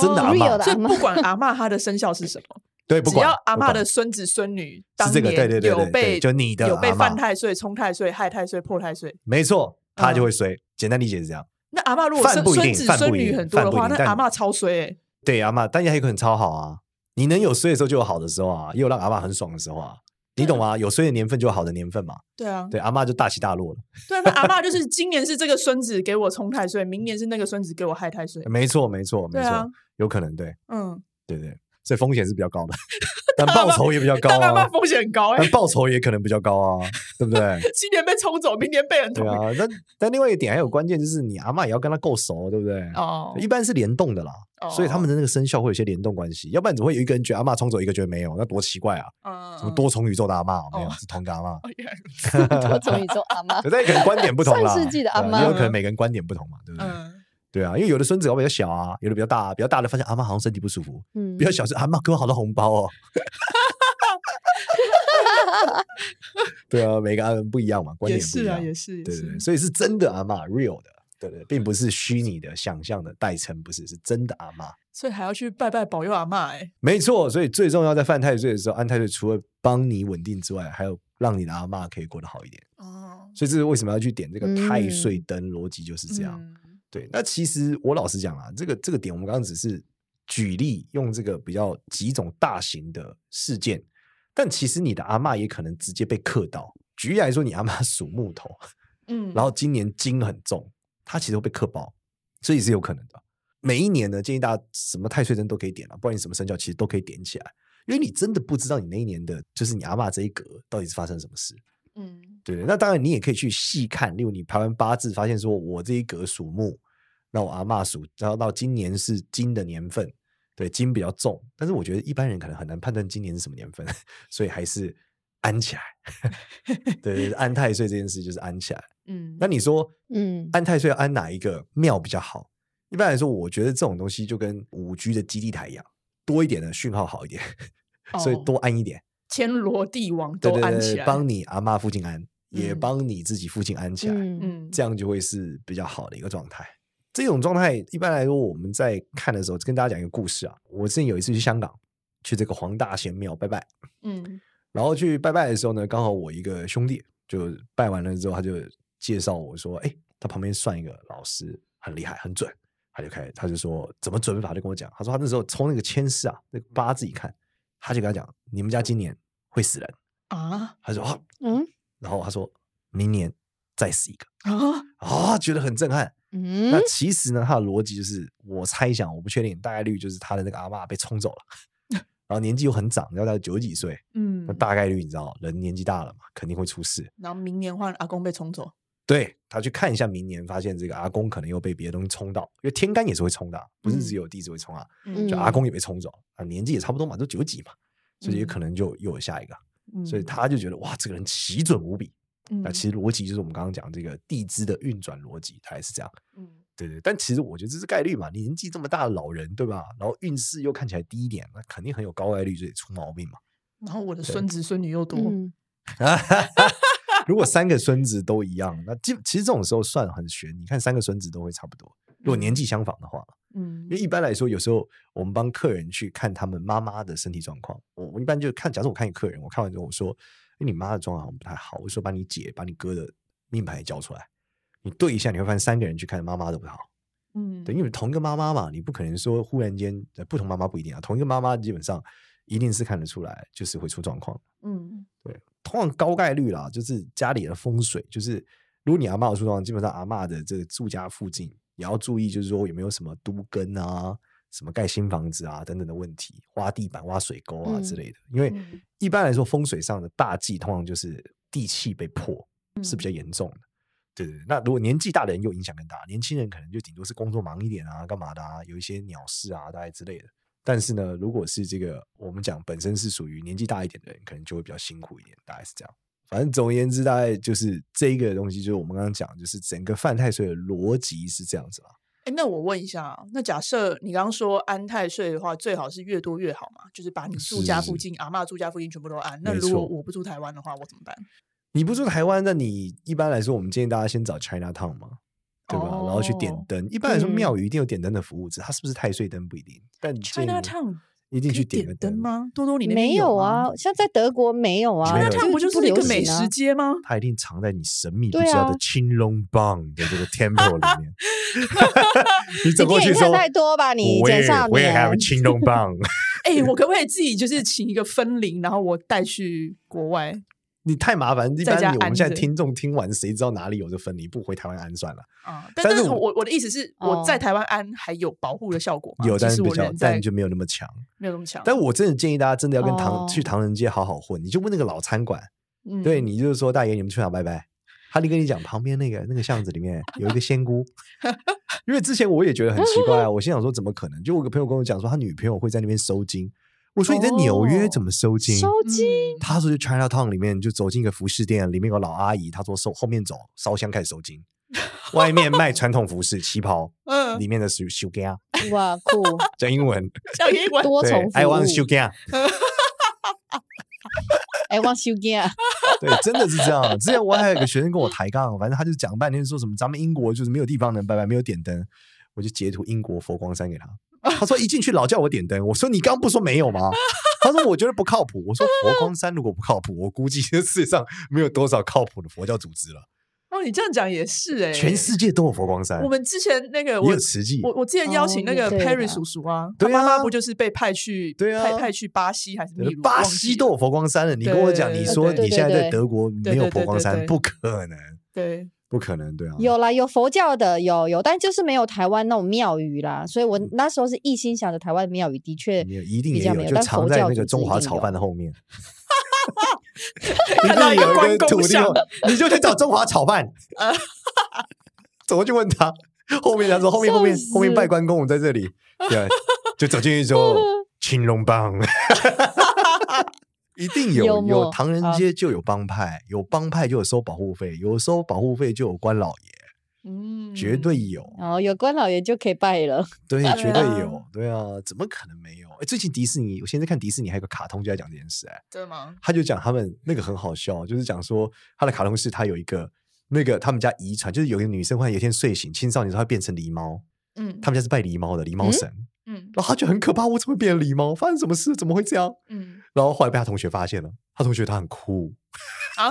Speaker 1: 真的阿
Speaker 2: 哦
Speaker 1: 嬷
Speaker 3: real 的
Speaker 2: 所以
Speaker 3: 阿嬷
Speaker 2: 不管阿嬷她的生肖是什么，
Speaker 1: 对， 不
Speaker 2: 只
Speaker 1: 管
Speaker 2: 要阿
Speaker 1: 不
Speaker 2: 嬷
Speaker 1: 管
Speaker 2: 的孙子孙女当
Speaker 1: 是这个对对
Speaker 2: 年
Speaker 1: 对对
Speaker 2: 有
Speaker 1: 对
Speaker 2: 被
Speaker 1: 就你的
Speaker 2: 有被
Speaker 1: 阿嬷
Speaker 2: 犯太岁、冲太岁、害太岁、破太岁，
Speaker 1: 没错，他就
Speaker 2: 嗯
Speaker 1: 会衰。简单理解是这样。
Speaker 2: 那阿嬷如果
Speaker 1: 犯
Speaker 2: 孙
Speaker 1: 不一
Speaker 2: 孙
Speaker 1: 定
Speaker 2: 子
Speaker 1: 犯不
Speaker 2: 孙
Speaker 1: 一
Speaker 2: 女
Speaker 1: 定
Speaker 2: 很多的
Speaker 1: 犯不一
Speaker 2: 话，
Speaker 1: 定
Speaker 2: 那
Speaker 1: 但
Speaker 2: 阿嬷超衰欸
Speaker 1: 对阿妈，但也还有可能超好啊。你能有衰的时候就有好的时候啊，也有让阿妈很爽的时候啊。你懂吗？有衰的年份就有好的年份嘛。
Speaker 2: 对啊，
Speaker 1: 对，阿妈就大起大落了。
Speaker 2: 对啊，那阿嬷就是今年是这个孙子给我冲太岁，明年是那个孙子给我害太岁。
Speaker 1: 没错，没错，没
Speaker 2: 对
Speaker 1: 错，
Speaker 2: 啊
Speaker 1: 有可能对，
Speaker 2: 嗯，
Speaker 1: 对对，所以风险是比较 高的，但报酬也比较高
Speaker 2: 但阿
Speaker 1: 啊
Speaker 2: 嬷。风险很高哎、
Speaker 1: 但报酬也可能比较高啊，对不对？
Speaker 2: 今年被冲走，明年被人
Speaker 1: 对
Speaker 2: 捅。
Speaker 1: 啊，但但另外一点还有关键就是，你阿妈也要跟他够熟，对不对？
Speaker 2: 哦
Speaker 1: 一般是联动的啦，所以他们的那个生肖会有一些联动关系，要不然怎么会有一个人觉得阿妈冲走，一个觉得没有？那多奇怪啊！
Speaker 2: 嗯
Speaker 1: 什么多重宇宙的阿嬷，没有
Speaker 2: 哦
Speaker 1: 是同一个阿嬷，
Speaker 2: 哦原来如此
Speaker 3: 多重宇宙阿 嬷，
Speaker 1: 可是可能观点不同 啦。
Speaker 3: 上世纪的阿
Speaker 1: 对啊
Speaker 3: 嬷
Speaker 1: 也有可能每个人观点不同嘛，对不对？
Speaker 2: 嗯，
Speaker 1: 对啊，因为有的孙子搞比较小啊，有的比较大啊，比较大的发现阿嬷好像身体不舒服，
Speaker 3: 嗯
Speaker 1: 比较小是阿嬷给我好多红包哦。 对啊，每个阿人不一样嘛，观
Speaker 2: 也
Speaker 1: 点不一
Speaker 2: 是啊，
Speaker 1: 样。
Speaker 2: 也是，也
Speaker 1: 对对对，
Speaker 2: 是
Speaker 1: 所以是真的阿嬷 real 的，对对，并不是虚拟的、想象的代称，不是是真的阿嬷。
Speaker 2: 所以还要去拜拜保佑阿嬷哎。
Speaker 1: 没错，所以最重要在犯太岁的时候，安太岁除了帮你稳定之外，还有让你的阿嬷可以过得好一点。
Speaker 2: 哦，
Speaker 1: 所以这是为什么要去点这个太岁
Speaker 3: 嗯
Speaker 1: 灯，逻辑就是这样。
Speaker 2: 嗯
Speaker 1: 对，那其实我老实讲啊，这个这个点我们刚刚只是举例，用这个比较几种大型的事件，但其实你的阿嬷也可能直接被克到。举例来说，你阿嬷属木头，
Speaker 2: 嗯，
Speaker 1: 然后今年金很重，它其实会被克爆，这也是有可能的。每一年呢，建议大家什么太岁灯都可以点了、不然你什么生肖其实都可以点起来，因为你真的不知道你那一年的，就是你阿嬷这一格到底是发生什么事。
Speaker 2: 嗯
Speaker 1: 对对，那当然你也可以去细看，例如你排完八字，发现说我这一格属木，那我阿嬷属，然后到今年是金的年份，对金比较重，但是我觉得一般人可能很难判断今年是什么年份，所以还是安起来。 对对，安太岁这件事就是安起来。
Speaker 2: 嗯，
Speaker 1: 那你说
Speaker 3: 嗯，
Speaker 1: 安太岁要安哪一个庙比较好？一般来说，我觉得这种东西就跟五 G 的基地台一样，多一点的讯号好一点， 所以
Speaker 2: 哦
Speaker 1: 多安一点，
Speaker 2: 天罗地网
Speaker 1: 对
Speaker 2: 都
Speaker 1: 对
Speaker 2: 安起
Speaker 1: 对，
Speaker 2: 来，
Speaker 1: 帮你阿妈附近安，也
Speaker 2: 嗯
Speaker 1: 帮你自己附近安起来，
Speaker 3: 嗯，
Speaker 2: 嗯，
Speaker 1: 这样就会是比较好的一个状态。这种状态一般来说，我们在看的时候，跟大家讲一个故事啊。我之前有一次去香港，去这个黄大仙庙拜拜，
Speaker 2: 嗯
Speaker 1: 然后去拜拜的时候呢，刚好我一个兄弟就拜完了之后，他就介绍我说：“哎，他旁边算一个老师很厉害，很准。”他就开他就说怎么准法，就跟我讲。他说他那时候从那个签师啊，那个八字一看，他就跟他讲：“你们家今年会死人。
Speaker 2: 啊”
Speaker 1: 他说：“啊。”
Speaker 3: 嗯
Speaker 1: 然后他说：“明年再死一个。
Speaker 2: 啊，”
Speaker 1: 啊，觉得很震撼。
Speaker 3: 嗯
Speaker 1: 那，其实呢，他的逻辑就是，我猜想，我不确定，大概率就是他的那个阿嬷被冲走了， 然后年纪又很长，要到九十几岁，
Speaker 2: 嗯
Speaker 1: 那，大概率你知道，人年纪大了嘛，肯定会出事。
Speaker 2: 然后明年换阿公被冲走，
Speaker 1: 对他去看一下，明年发现这个阿公可能又被别的东西冲到，因为天干也是会冲的，啊不是只
Speaker 2: 嗯
Speaker 1: 有地支会冲啊，
Speaker 2: 嗯
Speaker 1: 就阿公也被冲走啊，年纪也差不多嘛，都九几嘛，所以也可能就又有下一个，所以
Speaker 2: 嗯
Speaker 1: 他就觉得哇，这个人奇准无比。那
Speaker 2: 嗯
Speaker 1: 其实逻辑就是我们刚刚讲这个地支的运转逻辑，它也是这样。
Speaker 2: 嗯
Speaker 1: 对对，但其实我觉得这是概率嘛，你年纪这么大的老人，对吧？然后运势又看起来低一点，那肯定很有高概率就得出毛病嘛。
Speaker 2: 嗯然后我的孙子孙女又多，
Speaker 3: 嗯
Speaker 1: 如果三个孙子都一样，那基其实这种时候算很悬。你看三个孙子都会差不多，如果年纪相仿的话，
Speaker 2: 嗯
Speaker 1: 因为一般来说，有时候我们帮客人去看他们妈妈的身体状况，我我一般就看，假设我看一个客人，我看完之后我说：“哎，你妈的状况好像不太好。”我说：“把你姐、把你哥的命牌交出来，你对一下，你会发现三个人去看妈妈都不太好。”
Speaker 2: 嗯
Speaker 1: 对，因为同一个妈妈嘛，你不可能说忽然间呃不同妈妈不一定啊，同一个妈妈基本上一定是看得出来，就是会出状况。
Speaker 2: 嗯
Speaker 1: 通常高概率啦，就是家里的风水，就是如果你阿嬷有出状况，基本上阿嬷的这个住家附近也要注意，就是说有没有什么都根啊、什么盖新房子啊等等的问题，挖地板、挖水沟啊之
Speaker 3: 嗯
Speaker 1: 类的。因为
Speaker 2: 嗯
Speaker 1: 一般来说，风水上的大忌通常就是地气被破，是比较严重的。对对对，那如果年纪大的人又影响更大，年轻人可能就顶多是工作忙一点啊，干嘛的啊，有一些鸟事啊，大概之类的。但是呢，如果是这个我们讲本身是属于年纪大一点的人，可能就会比较辛苦一点，大概是这样。反正总而言之，大概就是这一个东西，就是我们刚刚讲，就是整个犯太岁的逻辑是这样子啦。
Speaker 2: 哎，那我问一下啊，那假设你刚刚说安太岁的话，最好是越多越好嘛，就是把你住
Speaker 1: 是
Speaker 2: 家
Speaker 1: 是
Speaker 2: 附
Speaker 1: 是
Speaker 2: 近、阿嬷住家附近全部都安。那
Speaker 1: 没
Speaker 2: 如果
Speaker 1: 错
Speaker 2: 我不住台湾的话，我怎么办？
Speaker 1: 你不住台湾，那你一般来说，我们建议大家先找 China Town 嘛，对吧？然后去点
Speaker 2: 哦
Speaker 1: 灯。一般来说，
Speaker 3: 嗯
Speaker 1: 庙宇一定有点灯的服务，只是它是不是太岁灯不一定。但建议
Speaker 2: China Town
Speaker 1: 一定
Speaker 2: 可
Speaker 1: 去
Speaker 2: 以点
Speaker 1: 个
Speaker 2: 灯？吗？多多，你那边
Speaker 3: 没有啊
Speaker 2: 吗，
Speaker 3: 像在德国没有啊，
Speaker 1: 没有
Speaker 2: ？China
Speaker 1: 就
Speaker 2: Town 不就是一
Speaker 3: 流
Speaker 2: 个美
Speaker 3: 行啊
Speaker 2: 食街吗？
Speaker 1: 它一定藏在你神秘不
Speaker 3: 对
Speaker 1: 知道
Speaker 3: 啊
Speaker 1: 的青龙棒的这个 temple 里 面。 你 走
Speaker 3: 你
Speaker 1: 过去
Speaker 3: 电影
Speaker 1: 说
Speaker 3: 看太多吧，你
Speaker 1: 我也
Speaker 3: 简少
Speaker 1: 我也还有
Speaker 3: 年。
Speaker 1: 青 龙棒。
Speaker 2: 哎、我可不可以自己就是请一个分灵，然后我带去国外？
Speaker 1: 你太麻烦，一
Speaker 2: 在
Speaker 1: 般
Speaker 2: 家
Speaker 1: 你我们
Speaker 2: 安
Speaker 1: 现在
Speaker 2: 着
Speaker 1: 听众听完，谁知道哪里有这分离？不回台湾安算了，
Speaker 2: 啊，但
Speaker 1: 但
Speaker 2: 但
Speaker 1: 是
Speaker 2: 是
Speaker 1: 我
Speaker 2: 我我的意思是，我
Speaker 3: 哦
Speaker 2: 在台湾安还有保护的效果吗？
Speaker 1: 有
Speaker 2: 即
Speaker 1: 但
Speaker 2: 使
Speaker 1: 是比
Speaker 2: 我
Speaker 1: 较
Speaker 2: 人，在
Speaker 1: 但就没有那么强。
Speaker 2: 没有那么强。
Speaker 1: 但我真的建议大家真的要跟唐
Speaker 3: 哦
Speaker 1: 去唐人街好好混，你就问那个老餐馆，
Speaker 2: 嗯
Speaker 1: 对你就是说大爷你们去哪拜拜，他就跟你讲旁边那个那个巷子里面有一个仙 姑。因为之前我也觉得很奇怪啊，我心想说怎么可能？就我有个朋友跟我讲说他女朋友会在那边收金，我说你在纽约
Speaker 3: 哦
Speaker 1: 怎么收金？
Speaker 3: 收
Speaker 2: 嗯
Speaker 3: 金，
Speaker 1: 他说去 China Town 里面就走进一个服饰店，里面有个老阿姨，她说收后面走烧香开始收 金，外面卖传统服饰旗袍，
Speaker 2: 嗯
Speaker 1: 里面的是 s h u g a
Speaker 3: 哇 酷，
Speaker 1: 啊讲英文，
Speaker 2: 像英 文
Speaker 3: 多
Speaker 1: 对
Speaker 3: 重服
Speaker 1: ，I want s h u
Speaker 3: 务
Speaker 1: g a
Speaker 3: ，I want you again，
Speaker 1: 对，真的是这样。之前我还有一个学生跟我抬杠，反正他就讲半天说什么咱们英国就是没有地方能拜拜，没有点灯，我就截图英国佛光山给他，他说一进去老叫我点灯，我说你刚不说没有吗？他说我觉得不靠谱，我说佛光山如果不靠谱，我估计这世界上没有多少靠谱的佛教组织了，
Speaker 2: 哦，你这样讲也是哎、
Speaker 1: 全世界都有佛光山
Speaker 2: 我。们之前那个
Speaker 1: 也
Speaker 2: 我
Speaker 1: 有慈济，
Speaker 2: 我我之前邀
Speaker 3: 哦
Speaker 2: 请那
Speaker 3: 也
Speaker 2: 个
Speaker 3: 对
Speaker 2: Perry
Speaker 3: 啦
Speaker 2: 叔叔啊，
Speaker 1: 对
Speaker 2: 他妈
Speaker 1: 啊
Speaker 2: 妈不就是被派去
Speaker 1: 对啊
Speaker 2: 派派去巴西还是秘鲁？
Speaker 1: 巴
Speaker 2: 忘
Speaker 1: 西
Speaker 2: 记
Speaker 1: 都
Speaker 2: 了
Speaker 1: 有佛光山了。你跟我讲，
Speaker 2: 对
Speaker 1: 你说
Speaker 2: 对对
Speaker 1: 你现在在
Speaker 3: 对
Speaker 1: 德国没有佛光山，
Speaker 2: 对对对对对
Speaker 1: 不可能，
Speaker 2: 对，
Speaker 1: 不可能，对啊。
Speaker 3: 有啦，有佛教的，有有，但就是没有台湾那种庙宇啦。所以我那时候是一心想着台湾的庙宇的确
Speaker 1: 没有，一定嗯
Speaker 3: 比
Speaker 1: 也
Speaker 3: 较没有
Speaker 1: 就
Speaker 3: 但
Speaker 1: 藏
Speaker 3: 佛
Speaker 1: 在
Speaker 3: 教
Speaker 1: 那个
Speaker 3: 组
Speaker 1: 中
Speaker 3: 织一
Speaker 1: 华
Speaker 3: 定
Speaker 1: 炒
Speaker 3: 有
Speaker 1: 饭的后 面。
Speaker 2: 看到
Speaker 1: 一
Speaker 2: 一
Speaker 1: 定
Speaker 2: 个
Speaker 1: 有
Speaker 2: 关
Speaker 1: 一个土
Speaker 2: 公
Speaker 1: 地后
Speaker 2: 像，，
Speaker 1: 你就去找中华炒饭
Speaker 2: 呃。
Speaker 1: 走过去问他，后面他说后面后面
Speaker 3: 笑死
Speaker 1: 后面拜关公，我们在这 里，对，啊就走进去说青龙 帮，一定有
Speaker 3: 幽默
Speaker 1: 有唐人街就有帮派，有帮派就有收保护费，有收保护费就有关老爷，
Speaker 2: 嗯
Speaker 1: 绝对有，
Speaker 3: 然哦后有关老爷就可以拜了。
Speaker 1: 对，绝对
Speaker 2: 啊
Speaker 1: 有，对啊，怎么可能没有？哎，最近迪士尼，我现在看迪士尼还有个卡通就在讲这件事、哎，
Speaker 2: 真的吗？
Speaker 1: 他就讲他们那个很好笑，就是讲说他的卡通是他有一个那个他们家遗传，就是有一个女生忽然有一天睡醒，青少年时候她变成狸猫，
Speaker 2: 嗯，
Speaker 1: 他们家是拜狸猫的狸猫
Speaker 3: 嗯
Speaker 1: 神，
Speaker 2: 嗯
Speaker 1: 然后他觉得很可怕，我怎么变成狸猫？发生什么事？怎么会这样？
Speaker 2: 嗯
Speaker 1: 然后后来被他同学发现了，他同学他很酷，
Speaker 2: 啊，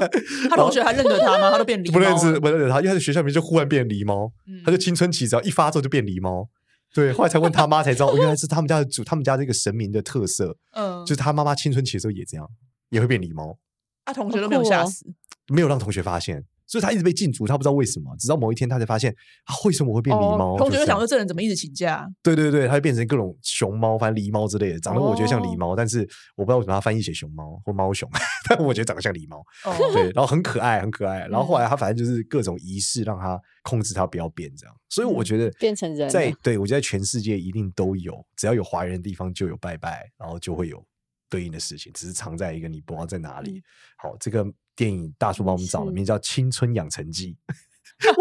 Speaker 2: 他同学还认得他吗？他都变狸
Speaker 1: 不
Speaker 2: 猫
Speaker 1: 认识
Speaker 2: 了，哦
Speaker 1: 不认识他，因为他在学校里面就忽然变狸猫，
Speaker 2: 嗯
Speaker 1: 他就青春期只要一发作就变狸猫。对，后来才问他妈才知道，哦原来是他们家的主，他们家这个神明的特色，
Speaker 2: 嗯，
Speaker 1: 就是他妈妈青春期的时候也这样，也会变狸猫，
Speaker 2: 他啊同学
Speaker 3: 好
Speaker 2: 都没有
Speaker 3: 酷
Speaker 2: 吓
Speaker 3: 哦
Speaker 2: 死，
Speaker 1: 没有让同学发现，所以他一直被禁足，他不知道为什么，直到某一天他才发现啊，为什么我会变狸猫？
Speaker 2: 哦同学
Speaker 1: 就
Speaker 2: 就想
Speaker 1: 这样
Speaker 2: 说这人怎么一直请假？
Speaker 1: 对对对，他就变成各种熊猫，反正狸猫之类的，长得我觉得像狸
Speaker 3: 哦
Speaker 1: 猫，但是我不知道为什么他翻译写熊猫或猫熊， 但我觉得长得像狸猫。
Speaker 2: 哦，嗯
Speaker 1: 对，然后很可爱，很可爱。然后后来他反正就是各种仪式让他控制他不要变这样，所以
Speaker 2: 嗯
Speaker 1: 我觉得
Speaker 3: 变成人了
Speaker 1: 在对我觉得在全世界一定都有，只要有华人的地方就有拜拜，然后就会有对应的事情，只是藏在一个你不知道在哪
Speaker 2: 嗯
Speaker 1: 里。好，这个电影大叔帮我们找的，
Speaker 3: 是
Speaker 1: 名叫《青春养成 记》，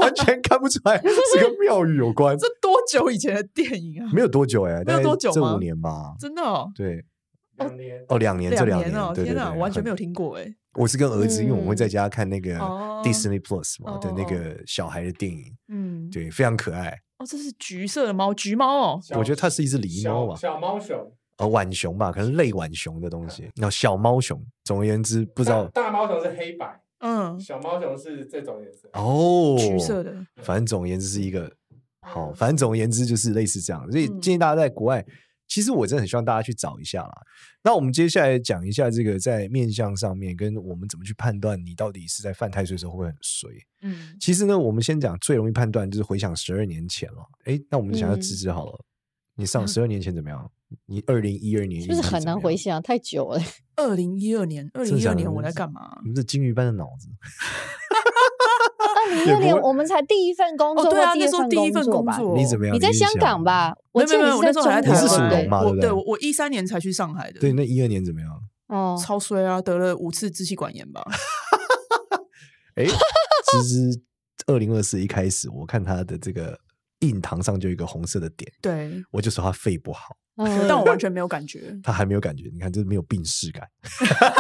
Speaker 1: 完全看不出来是跟庙宇有关
Speaker 2: 这。多久以前的电影啊？
Speaker 1: 没有多久哎、大
Speaker 2: 有
Speaker 1: 概
Speaker 2: 多久
Speaker 1: 这
Speaker 2: 吗
Speaker 1: 五年吧，
Speaker 2: 真的哦，
Speaker 1: 对。哦，两年，这两
Speaker 2: 年哦，
Speaker 1: 对对
Speaker 2: 天哪，
Speaker 1: 对，
Speaker 2: 完全没
Speaker 1: 很
Speaker 2: 有听过哎。
Speaker 1: 我是跟儿子，因为我们会
Speaker 3: 嗯
Speaker 1: 在家看那个
Speaker 2: 哦
Speaker 1: Disney Plus 嘛的那
Speaker 2: 哦哦
Speaker 1: 个小孩的电影，
Speaker 2: 嗯，
Speaker 1: 对，非常可爱。
Speaker 2: 哦，这是橘色的猫，橘猫哦。
Speaker 1: 我觉得它是一只狸猫吧，
Speaker 5: 小猫熊，
Speaker 1: 呃，浣熊吧，可能类浣熊的东西，那小猫熊。总而言之，不知 道
Speaker 5: 大大猫熊是黑白，
Speaker 2: 嗯，
Speaker 5: 小猫熊是这种颜色。
Speaker 1: 哦，
Speaker 2: 橘色的。哦
Speaker 1: 反正总而言之是一个好，反正总而言之就是类似这样，所以
Speaker 2: 嗯
Speaker 1: 建议大家在国外，其实我真的很希望大家去找一下啦。那我们接下来讲一下这个在面相上面，跟我们怎么去判断你到底是在犯太岁的时候会不会很衰。
Speaker 2: 嗯，
Speaker 1: 其实呢，我们先讲最容易判断就是回想十二年前了。哎，那我们想要
Speaker 3: 嗯
Speaker 1: 芝芝好了，你上十二年前怎么样？ 你二零一二年
Speaker 3: 是不是很难回？想？太久 了，
Speaker 2: 二零一二年，二
Speaker 1: 真
Speaker 2: 零
Speaker 1: 的
Speaker 2: 一
Speaker 1: 假
Speaker 2: 二
Speaker 1: 的
Speaker 2: 年我在干嘛？
Speaker 1: 你们这金鱼般的脑子，
Speaker 3: 二零一
Speaker 1: 也
Speaker 3: 六
Speaker 1: 不
Speaker 3: 年
Speaker 1: 会
Speaker 3: 我们才第一份工
Speaker 2: 哦，
Speaker 3: 作
Speaker 2: 对
Speaker 3: 或
Speaker 2: 啊，那时候
Speaker 3: 份
Speaker 2: 第一份
Speaker 3: 作
Speaker 2: 工
Speaker 3: 吧。
Speaker 2: 作，
Speaker 1: 你怎么样？
Speaker 3: 你在
Speaker 1: 印
Speaker 3: 香
Speaker 1: 象
Speaker 3: 港？吧？我
Speaker 2: 没
Speaker 3: 记
Speaker 2: 有没
Speaker 3: 得
Speaker 2: 有，
Speaker 3: 你
Speaker 2: 我
Speaker 3: 是
Speaker 2: 那时候还
Speaker 3: 在
Speaker 2: 在台
Speaker 1: 你是
Speaker 3: 中
Speaker 2: 湾。
Speaker 3: 国
Speaker 1: 属
Speaker 3: 对
Speaker 1: 龙嘛对
Speaker 2: 我
Speaker 1: 不对
Speaker 2: 对我我一三年才去上海的，
Speaker 1: 对，那一二年怎么样？
Speaker 3: 哦，
Speaker 2: 超衰啊，得了五次支气管炎吧。
Speaker 1: 哎，芝芝二零二四一开始，我看她的这个印堂上就有一个红色的点，
Speaker 2: 对，
Speaker 1: 我就说她肺不好，
Speaker 3: 嗯
Speaker 2: 但我完全没有感觉，
Speaker 1: 她还没有感觉。你看，这没有病逝感，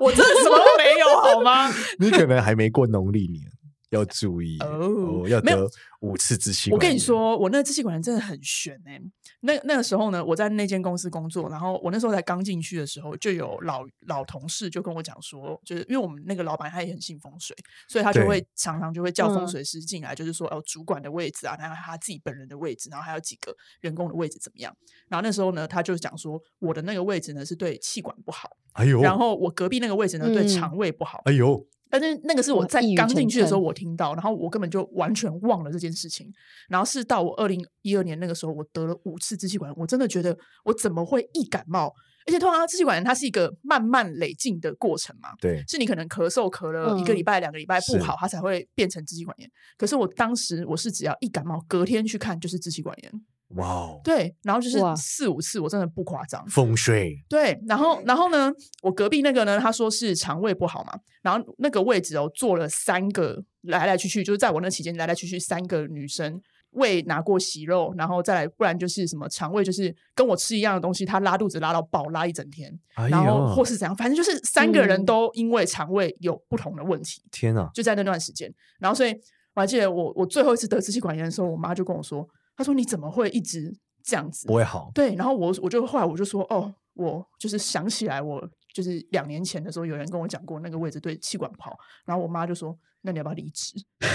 Speaker 2: 我真的什么都没有，好吗？
Speaker 1: 你可能还没过农历年，要注意
Speaker 2: 哦
Speaker 1: 哦，要
Speaker 2: 没有
Speaker 1: 得五次支气
Speaker 2: 我
Speaker 1: 管炎。
Speaker 2: 跟你说，我那个支气管炎真的很悬哎、那那个时候呢，我在那间公司工作，然后我那时候才刚进去的时候，就有老老同事就跟我讲说，就是因为我们那个老板他也很信风水，所以他就
Speaker 1: 对
Speaker 2: 会常常就会叫风
Speaker 3: 嗯
Speaker 2: 水师进来，就是说哦，主管的位置啊，然后他自己本人的位置，然后还有几个员工的位置怎么样？然后那时候呢，他就讲说我的那个位置呢是对气管不好，
Speaker 1: 哎呦，
Speaker 2: 然后我隔壁那个位置呢对
Speaker 3: 嗯
Speaker 2: 肠胃不好，
Speaker 1: 哎呦，
Speaker 2: 但是那个是我
Speaker 3: 哇
Speaker 2: 在
Speaker 3: 一语
Speaker 2: 刚
Speaker 3: 成
Speaker 2: 进去的时候
Speaker 3: 谶
Speaker 2: 我听到，然后我根本就完全忘了这件事情。然后是到我二零一二年那个时候，我得了五次支气管炎，我真的觉得我怎么会易感冒？而且通常支气管炎它是一个慢慢累进的过程嘛，
Speaker 1: 对，
Speaker 2: 是你可能咳嗽咳了一个
Speaker 3: 嗯
Speaker 2: 礼拜、两个礼拜不
Speaker 1: 是
Speaker 2: 好，它才会变成支气管炎。可是我当时我是只要一感冒，隔天去看就是支气管炎，
Speaker 1: 哇哦，
Speaker 2: 对，然后就是
Speaker 3: 哇
Speaker 2: 四五次，我真的不夸张。
Speaker 1: 风水
Speaker 2: 对，然后然后呢，我隔壁那个呢，他说是肠胃不好嘛，然后那个位置哦，坐了三个来来去去，就是在我那期间来来去去三个女生，胃拿过息肉，然后再来，不然就是什么肠胃就是跟我吃一样的东西，他拉肚子拉到爆，拉一整天，
Speaker 1: 哎
Speaker 2: 然后
Speaker 1: 呀
Speaker 2: 或是怎样，反正就是三个人
Speaker 3: 嗯
Speaker 2: 都因为肠胃有不同的问题，
Speaker 1: 天啊，
Speaker 2: 就在那段时间。然后所以我还记得我我最后一次得支气管炎的时候，我妈就跟我说，她说你怎么会一直这样子啊
Speaker 1: 不？会好，
Speaker 2: 对，然后我我就后来我就说，哦，我就是想起来我，就是两年前的时候，有人跟我讲过那个位置对气管不好，然后我妈就说，那你要不要离职？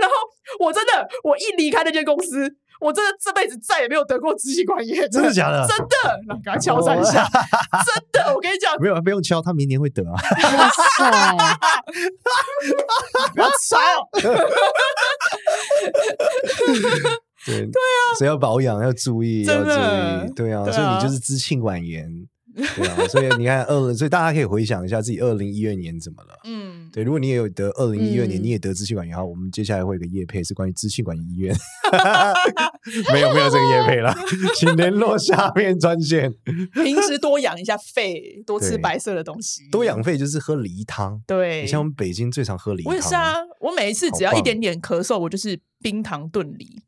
Speaker 2: 然后我真的，我一离开那间公司，我真的这辈子再也没有得过支气管炎，
Speaker 1: 真的假的？哦
Speaker 2: 真的，然后赶快敲三下， 真的，我跟你讲，
Speaker 1: 呃没有，不用敲，他明年会得啊。
Speaker 3: 嗯哇塞，
Speaker 2: 不要吵，
Speaker 1: 对对啊，所以要保养，要注意，要
Speaker 2: 真
Speaker 1: 注
Speaker 2: 的
Speaker 1: 意，对啊，
Speaker 2: 对
Speaker 1: 所以
Speaker 2: 啊
Speaker 1: 你就是支气管炎对 啊，所以你看二，所以大家可以回想一下自己二零一二年怎么了。
Speaker 2: 嗯，
Speaker 1: 对，如果你也有得二零一二年，
Speaker 3: 嗯
Speaker 1: 你也得支气管炎，好，我们接下来会有一个业配是关于支气管炎医 院，没有没有这个业配啦，请联络下面专线。
Speaker 2: 平时多养一下肺，多吃
Speaker 1: 对
Speaker 2: 白色的东西，
Speaker 1: 多养肺就是喝梨汤，
Speaker 2: 对，
Speaker 1: 你像我们北京最常喝梨汤，
Speaker 2: 我也是啊，我每一次
Speaker 1: 好
Speaker 2: 只要一
Speaker 1: 棒
Speaker 2: 点点咳嗽，我就是冰糖炖梨，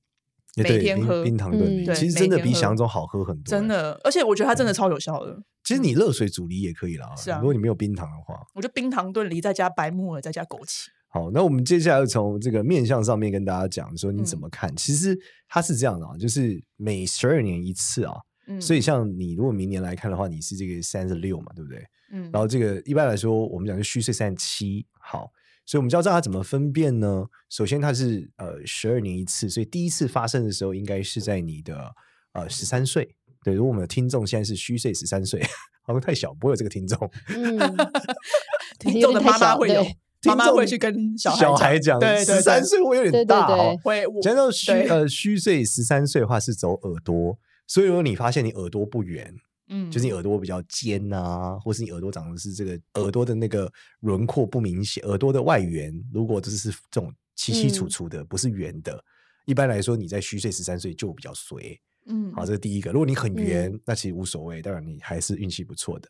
Speaker 1: 也
Speaker 2: 每
Speaker 1: 对，
Speaker 2: 天
Speaker 1: 冰
Speaker 2: 喝
Speaker 1: 冰糖炖
Speaker 3: 嗯
Speaker 1: 梨，
Speaker 2: 对
Speaker 1: 其实真的
Speaker 2: 每
Speaker 1: 比
Speaker 2: 天喝
Speaker 1: 想象中好喝很多，
Speaker 2: 真
Speaker 1: 欸。
Speaker 2: 的，而且我觉得它真的超有效的。
Speaker 1: 其实你热水煮梨也可以啦，
Speaker 2: 是啊
Speaker 1: 如果你没有冰糖的话。
Speaker 2: 我就冰糖炖梨，再加白木耳，再加枸杞。
Speaker 1: 好，那我们接下来从这个面相上面跟大家讲说你怎
Speaker 2: 嗯
Speaker 1: 么看。其实它是这样的啊，就是每十二年一次啊，
Speaker 2: 嗯，
Speaker 1: 所以像你如果明年来看的话，你是这个三十六嘛，对不对？
Speaker 2: 嗯，
Speaker 1: 然后这个一般来说，我们讲是虚岁三十七，好，所以我们就要知道它怎么分辨呢？首先，它是呃十二年一次，所以第一次发生的时候应该是在你的呃十三岁。对，如果我们的听众现在是虚岁十三岁， 好像太小，不会有这个听众。
Speaker 3: 嗯，
Speaker 2: 听众的妈妈会有
Speaker 3: 对，
Speaker 2: 妈妈
Speaker 1: 听众
Speaker 2: 会去跟小
Speaker 1: 小
Speaker 2: 孩
Speaker 1: 孩讲，
Speaker 2: 对对
Speaker 1: 十三
Speaker 2: 对
Speaker 1: 岁会有
Speaker 3: 对对
Speaker 1: 点大哦
Speaker 3: 对。
Speaker 2: 会我
Speaker 1: 讲到虚
Speaker 2: 对
Speaker 1: 呃虚岁十三岁的话是走耳朵，所以如果你发现你耳朵不圆，
Speaker 2: 嗯，
Speaker 1: 就是你耳朵比较尖啊，或是你耳朵长的是这个耳朵的那个轮廓不明显，耳朵的外缘如果就是这种稀稀楚
Speaker 3: 嗯
Speaker 1: 楚的，不是圆的，一般来说你在虚岁十三岁就比较衰。
Speaker 2: 嗯
Speaker 1: 好，这是第一个。如果你很圆，那其实无所谓，当然你还是运气不错的。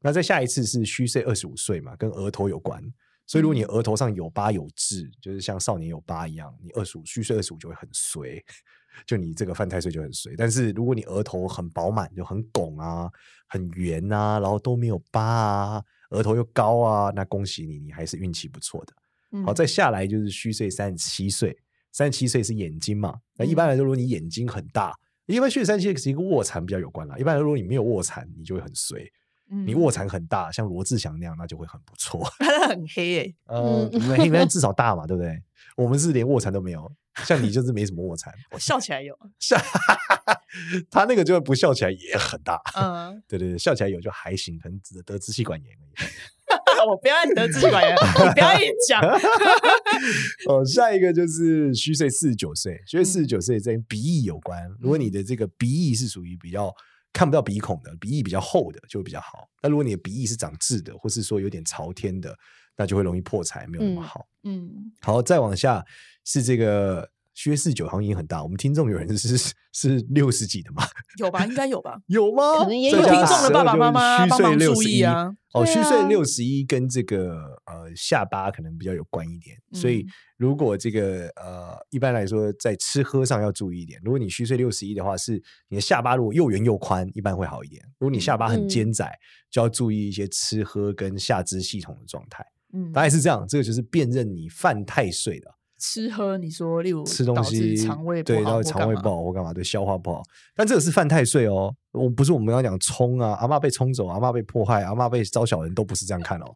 Speaker 1: 那再下一次是虚岁二十五岁嘛，跟额头有关。所以如果你
Speaker 2: 嗯
Speaker 1: 额头上有疤有痣，就是像少年有疤一样，你二十五虚岁二十五就会很衰， 就你这个犯太岁就很衰。但是如果你额头很饱满，就很拱啊，很圆啊，然后都没有疤啊，额头又高啊，那恭喜你，你还是运气不错的。好，
Speaker 2: 嗯
Speaker 1: 再下来就是虚岁三十七岁，三十七岁是眼睛嘛？那一般来说，如果你眼睛很大，一般虚岁三十七是一个卧蚕比较有关啦。一般来说，如果你没有卧蚕，你就会很衰；
Speaker 2: 嗯
Speaker 1: 你 卧蚕很大，像罗志祥那样，那就会很不错。
Speaker 2: 它很黑诶，
Speaker 1: 呃，
Speaker 3: 嗯
Speaker 1: 没没至少大嘛，对不对？我们是连卧蚕都没有，像你就是没什么卧蚕，
Speaker 2: 我笑起 来有，
Speaker 1: 他那个就不笑起来也很大。
Speaker 2: 嗯，
Speaker 1: 对对对，笑起来有就还行，可能只得支气管炎而已。
Speaker 2: 我不要让你得支气管炎，你不要一直 讲，
Speaker 1: 哦，下一个就是虚岁四十九岁，虚岁四
Speaker 2: 嗯
Speaker 1: 十九岁这跟鼻翼有关。如果你的这个鼻翼是属于比较看不到鼻孔的，鼻翼比较厚的就会比较好。那如果你的鼻翼是长痣的，或是说有点朝天的，那就会容易破财，没有那么
Speaker 3: 嗯
Speaker 1: 好。
Speaker 2: 嗯，
Speaker 1: 好，再往下是这个虚岁四十九，好像已经很大。我们听众有人是是六十几的吗？
Speaker 2: 有吧？应该有吧？
Speaker 1: 有吗？
Speaker 3: 可能也
Speaker 1: 再
Speaker 2: 有
Speaker 1: 加
Speaker 2: 听
Speaker 1: 上
Speaker 2: 众的
Speaker 1: 12
Speaker 2: 爸爸
Speaker 1: 就
Speaker 2: 妈
Speaker 1: 是
Speaker 2: 妈
Speaker 1: 虚
Speaker 2: 帮
Speaker 1: 岁
Speaker 2: 忙注
Speaker 1: 61
Speaker 2: 意啊。
Speaker 1: 哦，
Speaker 3: 对
Speaker 1: 虚岁
Speaker 3: 啊
Speaker 1: 六十一跟这个呃下巴可能比较有关一点，所以
Speaker 2: 嗯
Speaker 1: 如果这个呃一般来说在吃喝上要注意一点。如果你虚岁六十一的话，是你的下巴如果又圆又宽，一般会好一点；如果你下巴很
Speaker 3: 嗯
Speaker 1: 尖窄，就要注意一些吃喝跟下肢系统的状态。
Speaker 2: 嗯
Speaker 1: 大概是这样，这个就是辨认你犯太岁的。
Speaker 2: 吃喝，你说例如
Speaker 1: 吃东
Speaker 2: 导
Speaker 1: 西
Speaker 2: 致肠胃不
Speaker 1: 对，
Speaker 2: 好
Speaker 1: 然后
Speaker 2: 或
Speaker 1: 肠
Speaker 2: 干
Speaker 1: 胃
Speaker 2: 嘛
Speaker 1: 不好或干嘛，对消化不好。但这个是犯太岁哦，我不是我们要讲冲啊，阿嬷被冲走，阿嬷被迫害，阿嬷被招小人都不是这样看哦。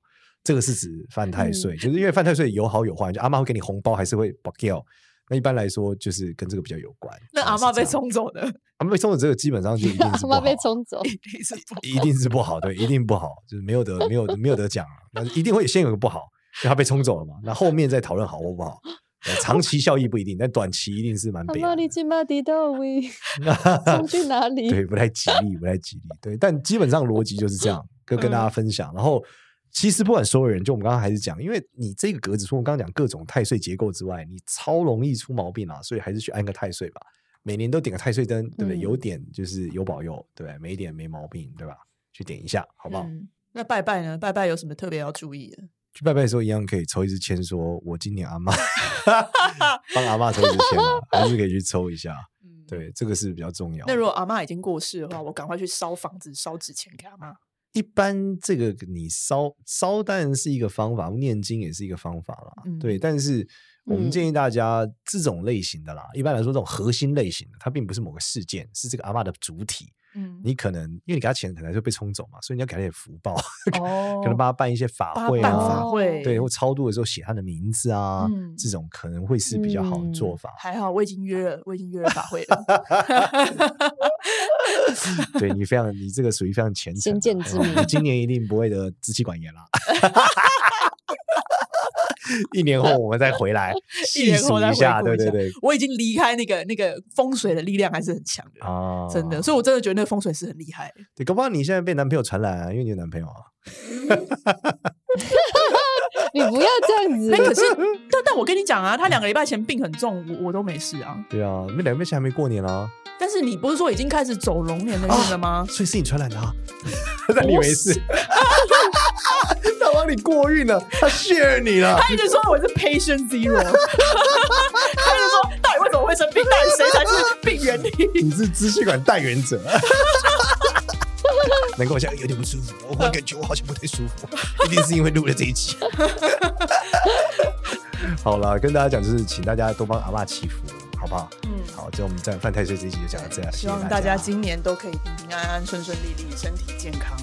Speaker 1: 这个是指犯
Speaker 2: 嗯
Speaker 1: 太岁，就是因为犯太岁有好有坏，就阿嬷会给你红包，还是会保掉。那一般来说，就是跟这个比较有关。
Speaker 2: 那
Speaker 1: 大概
Speaker 2: 阿
Speaker 1: 是
Speaker 2: 嬷被
Speaker 1: 这样，
Speaker 2: 冲走的，
Speaker 1: 阿嬷被冲走，这个基本上就 一定是不好
Speaker 3: 妈
Speaker 1: 啊
Speaker 3: 被冲走，
Speaker 2: 一定是 不
Speaker 1: 一定是不好，对，一定不好，就是没有得没有没有得讲啊，那一定会先有个不好，因为他被冲走了嘛，那后面再讨论好或不好。呃长期效益不一定，但短期一定是蛮
Speaker 3: 阿
Speaker 1: 悲
Speaker 3: 妈
Speaker 1: 哀的
Speaker 3: 你。今妈的到位，
Speaker 1: 那
Speaker 3: 冲去哪里？
Speaker 1: 对，不太吉利，不太吉利。对，但基本上逻辑就是这样，跟跟大家分
Speaker 3: 嗯
Speaker 1: 享。然后，其实不管所有人，就我们刚刚还是讲，因为你这个格子，除了我刚刚讲各种太岁结构之外，你超容易出毛病啊，所以还是去安个太岁吧。每年都点个太岁灯，对不对？
Speaker 3: 嗯
Speaker 1: 有点就是有保佑，对不对？没点没毛病，对吧？去点一下， 好不好？
Speaker 2: 嗯那拜拜呢？拜拜有什么特别要注意的？
Speaker 1: 去拜拜的时候一样可以抽一支签，说我今年阿 妈帮阿妈抽一支签嘛，还是可以去抽一下。
Speaker 2: 嗯，。
Speaker 1: 对，这个是比较重要的。
Speaker 2: 那如果阿嬷已经过世的话，我赶快去烧房子、烧纸钱给阿嬷。
Speaker 1: 一般这个你烧烧当然是一个方法，念经也是一个方法啦。
Speaker 2: 嗯
Speaker 1: 对，但是我们
Speaker 3: 嗯
Speaker 1: 建议大家这种类型的啦，一般来说这种核心类型的，它并不是某个事件，是这个阿嬷的主体。
Speaker 2: 嗯，
Speaker 1: 你可能因为你给他钱，可能就被冲走嘛，所以你要给他点福报，
Speaker 2: 哦
Speaker 1: 可能帮他办一些法
Speaker 2: 八
Speaker 1: 会
Speaker 2: 办
Speaker 1: 啊
Speaker 2: 法，会，
Speaker 1: 对，或超度的时候写他的名字啊，
Speaker 2: 嗯
Speaker 1: 这种可能会是比较好的做法。
Speaker 2: 还好我已经约了，我已经约了法会了。
Speaker 1: 对你非常，你这个属于非常虔诚的，
Speaker 3: 先见之
Speaker 1: 哦你
Speaker 3: 明
Speaker 1: 今年一定不会得支气管炎啦。 一年后我们再回来
Speaker 2: 一
Speaker 1: 细
Speaker 2: 年后
Speaker 1: 数
Speaker 2: 再
Speaker 1: 一
Speaker 2: 回
Speaker 1: 下，
Speaker 2: 顾
Speaker 1: 对
Speaker 2: 一
Speaker 1: 对
Speaker 2: 下
Speaker 1: 对
Speaker 2: 我已经离开那个那个风水的力量还是很强的，
Speaker 1: 啊，
Speaker 2: 真的，所以我真的觉得那个风水师很厉害。
Speaker 1: 对，搞不好你现在被男朋友传染啊，因为你有男朋友啊。
Speaker 3: 你不要这样子
Speaker 2: 那。哎可是，但但我跟你讲啊，他两个礼拜前病很重，我我都没事啊。
Speaker 1: 对啊，你们两个现在还没过年啊，
Speaker 2: 但是你不是说已经开始走龙年的运了吗？
Speaker 1: 所以是你传染的啊。
Speaker 2: 嗯
Speaker 1: 那你没事，他帮你过运了，他 share 你了。
Speaker 2: 他一直说我是 patient zero，他 一直说到底为什么会生病，到底谁才是病原体？
Speaker 1: 你是支气管代言 者。难怪我现在有点不舒服，我我感觉我好像不太舒服， 一定是因为录了这一集。 好了，跟大家讲就是，请大家多帮阿嬷祈福，好不好？
Speaker 2: 嗯，
Speaker 1: 好，这样我们在饭太岁这一集就讲到这样，谢
Speaker 2: 希
Speaker 1: 谢
Speaker 2: 望大
Speaker 1: 大
Speaker 2: 家今年都可以平平安安、顺顺利利、身体健康。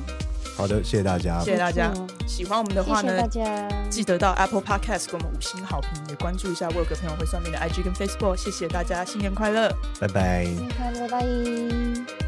Speaker 1: 好的，谢谢大家，
Speaker 2: 谢谢大家
Speaker 3: 没错，
Speaker 2: 喜欢我们的话
Speaker 3: 谢谢
Speaker 2: 呢
Speaker 3: 大，家，
Speaker 2: 记得到 Apple Podcast 给我们五星好评，也关注一下我有个朋友会算命的 IG 跟 Facebook。谢谢大家，新年快乐！
Speaker 1: 拜拜。
Speaker 3: 新年快乐，拜。